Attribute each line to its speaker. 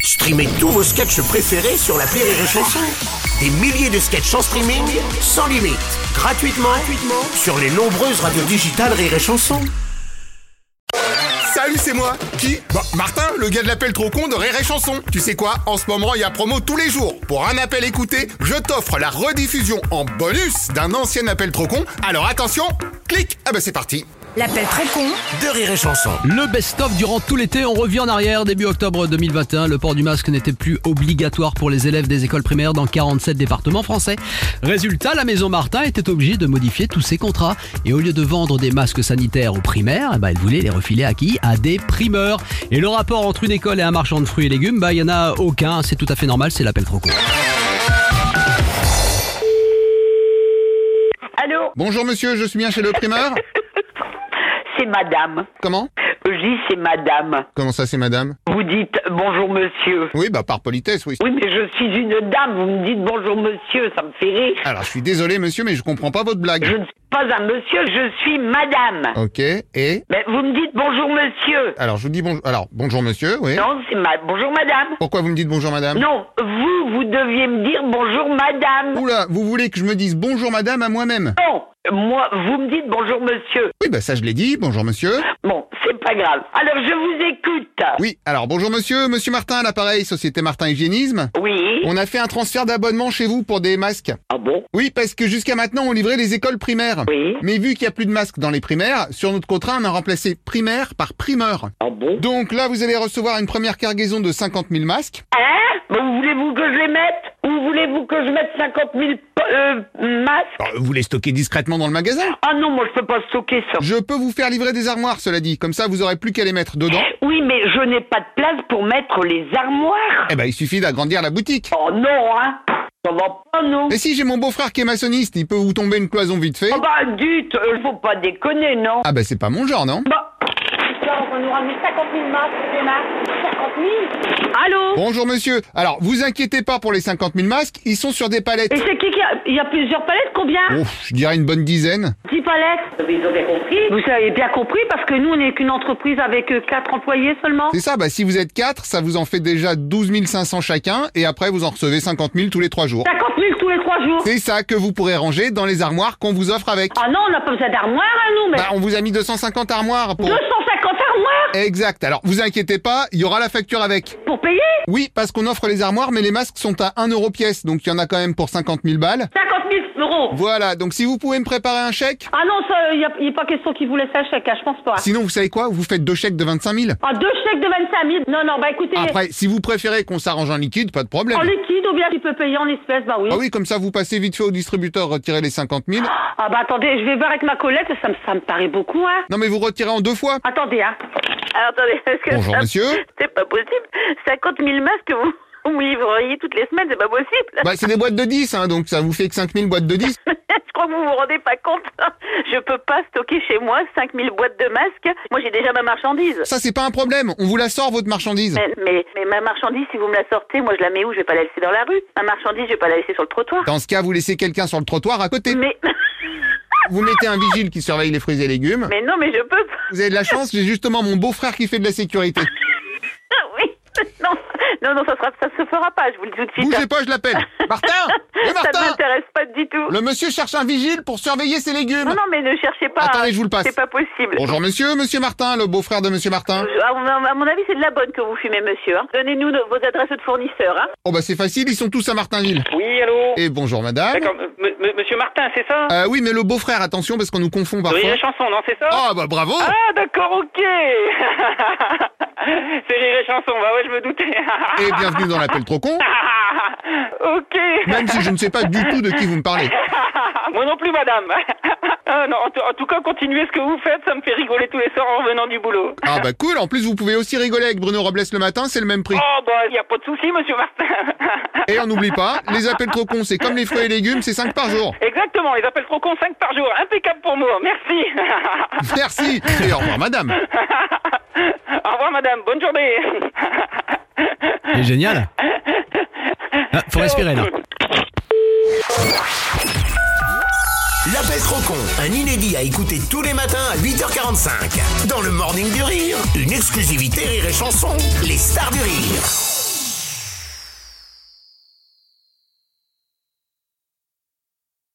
Speaker 1: Streamez tous vos sketchs préférés sur la Rire et Chanson. Des milliers de sketchs en streaming, sans limite, gratuitement, gratuitement sur les nombreuses radios digitales Rire et Chanson.
Speaker 2: Salut, c'est moi. Qui Bah, Martin, le gars de l'appel trop con de Rire et Chanson. Tu sais quoi En ce moment, il y a promo tous les jours. Pour un appel écouté, je t'offre la rediffusion en bonus d'un ancien appel trop con. Alors attention, clique. Ah bah c'est parti.
Speaker 3: L'appel très con
Speaker 1: De Rire et Chanson.
Speaker 4: Le best-of durant tout l'été, on revient en arrière. Début octobre 2021, le port du masque n'était plus obligatoire pour les élèves des écoles primaires dans 47 départements français. Résultat, la Maison Martin était obligée de modifier tous ses contrats. Et au lieu de vendre des masques sanitaires aux primaires, eh ben, elle voulait les refiler à qui À des primeurs. Et le rapport entre une école et un marchand de fruits et légumes, bah, il n'y en a aucun. C'est tout à fait normal, c'est l'appel trop court.
Speaker 5: Allô,
Speaker 2: Bonjour monsieur, je suis bien chez le primeur.
Speaker 5: c'est madame.
Speaker 2: Comment
Speaker 5: Je dis c'est madame.
Speaker 2: Comment ça c'est madame
Speaker 5: Vous dites bonjour monsieur.
Speaker 2: Oui, bah par politesse, oui.
Speaker 5: Oui, mais je suis une dame. Vous me dites bonjour monsieur, ça me fait rire.
Speaker 2: Alors, je suis désolé monsieur, mais je comprends pas votre
Speaker 5: Je
Speaker 2: blague.
Speaker 5: ne suis pas un monsieur, je suis madame.
Speaker 2: Ok, et
Speaker 5: Mais vous me dites bonjour monsieur.
Speaker 2: Alors, je vous dis bonjour. Alors, bonjour monsieur, oui.
Speaker 5: Non, c'est ma... bonjour madame.
Speaker 2: Pourquoi vous me dites bonjour madame
Speaker 5: Non, vous, vous deviez me dire bonjour madame.
Speaker 2: Oula, vous voulez que je me dise bonjour madame à moi-même
Speaker 5: Non, moi, vous me dites bonjour monsieur.
Speaker 2: Oui, bah ça je l'ai dit, bonjour monsieur.
Speaker 5: Bon, c'est pas grave. Alors, je vous écoute.
Speaker 2: Oui, alors bonjour monsieur, monsieur Martin à l'appareil, Société Martin Hygiénisme.
Speaker 5: Oui.
Speaker 2: On a fait un transfert d'abonnement chez vous pour des masques.
Speaker 5: Ah bon
Speaker 2: Oui, parce que jusqu'à maintenant on livrait les écoles primaires.
Speaker 5: Oui.
Speaker 2: Mais vu qu'il n'y a plus de masques dans les primaires, sur notre contrat on a remplacé primaire par primeur.
Speaker 5: Ah bon
Speaker 2: Donc là vous allez recevoir une première cargaison de 50 000 masques.
Speaker 5: Hein Bon, voulez-vous que je les mette Ou voulez-vous que je mette 50 000 po- euh, masques
Speaker 2: Alors, vous les stockez discrètement dans le magasin.
Speaker 5: Ah non, moi je peux pas stocker ça.
Speaker 2: Je peux vous faire livrer des armoires, cela dit, comme ça vous aurez plus qu'à les mettre dedans.
Speaker 5: Oui, mais je n'ai pas de place pour mettre les armoires.
Speaker 2: Eh ben il suffit d'agrandir la boutique.
Speaker 5: Oh non, hein Ça va pas, non
Speaker 2: Mais si j'ai mon beau-frère qui est maçonniste, il peut vous tomber une cloison vite fait.
Speaker 5: Oh bah, dites, euh, faut pas déconner, non
Speaker 2: Ah bah c'est pas mon genre, non
Speaker 5: Bah,
Speaker 6: Putain, on nous ramène 50 000 masques, les masques. 50 000 Allô
Speaker 2: Bonjour monsieur. Alors, vous inquiétez pas pour les 50 000 masques, ils sont sur des palettes.
Speaker 6: Et c'est qui qui a... Il y a plusieurs palettes, combien
Speaker 2: Ouf, je dirais une bonne dizaine.
Speaker 6: 10 palettes Ils ont bien compris. Vous avez bien compris, parce que nous, on n'est qu'une entreprise avec euh, quatre employés seulement.
Speaker 2: C'est ça, bah si vous êtes quatre, ça vous en fait déjà 12 500 chacun, et après vous en recevez 50 000 tous les trois jours.
Speaker 6: 50 000 tous les trois jours.
Speaker 2: C'est ça que vous pourrez ranger dans les armoires qu'on vous offre avec.
Speaker 6: Ah non, on n'a pas besoin d'armoire, hein, nous, mais...
Speaker 2: Bah on vous a mis 250 armoires pour...
Speaker 6: 250 armoires
Speaker 2: Exact, alors vous inquiétez pas, il y aura la facture avec.
Speaker 6: pour payer
Speaker 2: Oui, parce qu'on offre les armoires, mais les masques sont à 1 euro pièce, donc il y en a quand même pour 50 000 balles.
Speaker 6: 50 000 euros.
Speaker 2: Voilà, donc si vous pouvez me préparer un chèque...
Speaker 6: Ah non, ça, il n'y a, il y a pas question qu'ils vous laissent un chèque, hein, je pense pas.
Speaker 2: Sinon, vous savez quoi Vous faites deux chèques de 25 000.
Speaker 6: Ah, deux chèques de 25 000 Non, non, bah écoutez,
Speaker 2: Après, si vous préférez qu'on s'arrange en liquide, pas de problème.
Speaker 6: en liquide ou bien tu peux payer en espèces, bah oui.
Speaker 2: Ah oui, comme ça, vous passez vite fait au distributeur, retirez les 50 000.
Speaker 6: Ah bah attendez, je vais voir avec ma collègue, ça me, ça me paraît beaucoup, hein.
Speaker 2: Non, mais vous retirez en deux fois.
Speaker 6: Attendez, hein.
Speaker 7: Alors, attendez, est-ce que
Speaker 2: Bonjour,
Speaker 7: ça-
Speaker 2: monsieur.
Speaker 7: c'est pas possible 50 000 masques que vous, vous me livreriez toutes les semaines, c'est pas possible.
Speaker 2: Bah, c'est des boîtes de 10, hein, donc ça vous fait que 5 000 boîtes de 10.
Speaker 7: Je crois que vous vous rendez pas compte. Je peux pas stocker chez moi 5 000 boîtes de masques. Moi, j'ai déjà ma marchandise.
Speaker 2: Ça, c'est pas un problème. On vous la sort, votre marchandise.
Speaker 7: Mais, mais, mais ma marchandise, si vous me la sortez, moi, je la mets où Je vais pas la laisser dans la rue. Ma marchandise, je vais pas la laisser sur le trottoir.
Speaker 2: Dans ce cas, vous laissez quelqu'un sur le trottoir à côté.
Speaker 7: Mais,
Speaker 2: Vous mettez un vigile qui surveille les fruits et légumes.
Speaker 7: mais non, mais je peux pas.
Speaker 2: Vous avez de la chance, j'ai justement mon beau-frère qui fait de la sécurité.
Speaker 7: Oui. Non, non, non, ça, sera, ça se fera pas, je vous le dis tout de suite. hein.
Speaker 2: Bougez pas, je l'appelle. Martin Le
Speaker 7: ça ne
Speaker 2: Martin
Speaker 7: m'intéresse pas du tout.
Speaker 2: Le monsieur cherche un vigile pour surveiller ses légumes.
Speaker 7: Non, non, mais ne cherchez pas. hein.
Speaker 2: Attendez, je vous le passe.
Speaker 7: C'est pas possible.
Speaker 2: Bonjour monsieur, monsieur Martin, le beau-frère de monsieur Martin.
Speaker 7: Je- À mon, à mon avis, c'est de la bonne que vous fumez, monsieur. hein. Donnez-nous nos- vos adresses de fournisseurs. Hein.
Speaker 2: Oh bah c'est facile, ils sont tous à Martinville.
Speaker 8: Oui, allô
Speaker 2: Et bonjour madame.
Speaker 8: D'accord, m- m- monsieur Martin, c'est ça
Speaker 2: Euh, oui mais le beau-frère, attention parce qu'on nous confond
Speaker 8: Oui,
Speaker 2: parfois.
Speaker 8: la chanson, non, c'est ça
Speaker 2: Ah bah bravo
Speaker 8: Ah, d'accord, ok C'est Rire et chanson, bah ouais, je me doutais.
Speaker 2: Et bienvenue dans l'appel trop con,
Speaker 8: ok
Speaker 2: même si je ne sais pas du tout de qui vous me parlez.
Speaker 8: Moi non plus, madame. Ah, non, en, tout- en tout cas, continuez ce que vous faites, ça me fait rigoler tous les soirs en revenant du boulot.
Speaker 2: Ah bah cool, en plus vous pouvez aussi rigoler avec Bruno Robles le matin, c'est le même prix.
Speaker 8: Oh, bah, il n'y a pas de souci, monsieur Martin.
Speaker 2: Et on n'oublie pas, les appels trop cons, c'est comme les fruits et légumes, c'est 5 par jour.
Speaker 8: Exactement, les appels trop cons, 5 par jour. Impeccable pour nous, merci.
Speaker 2: Merci Et au revoir madame
Speaker 8: Au revoir, madame, bonne journée.
Speaker 4: C'est génial. Ah, faut respirer là.
Speaker 1: L'appel trop con, un inédit à écouter tous les matins à 8h45. Dans le morning du rire, une exclusivité Rire et Chanson, les stars du rire.